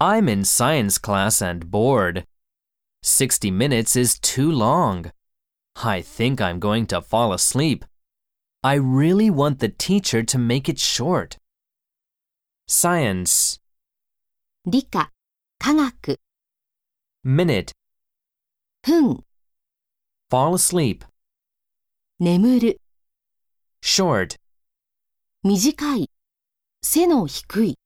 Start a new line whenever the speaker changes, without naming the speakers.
I'm in science class and bored. 60 minutes is too long. I think I'm going to fall asleep. I really want the teacher to make it short. Science
理科、科学、
minute
分、
fall asleep
眠る、
short
短い、背の低い。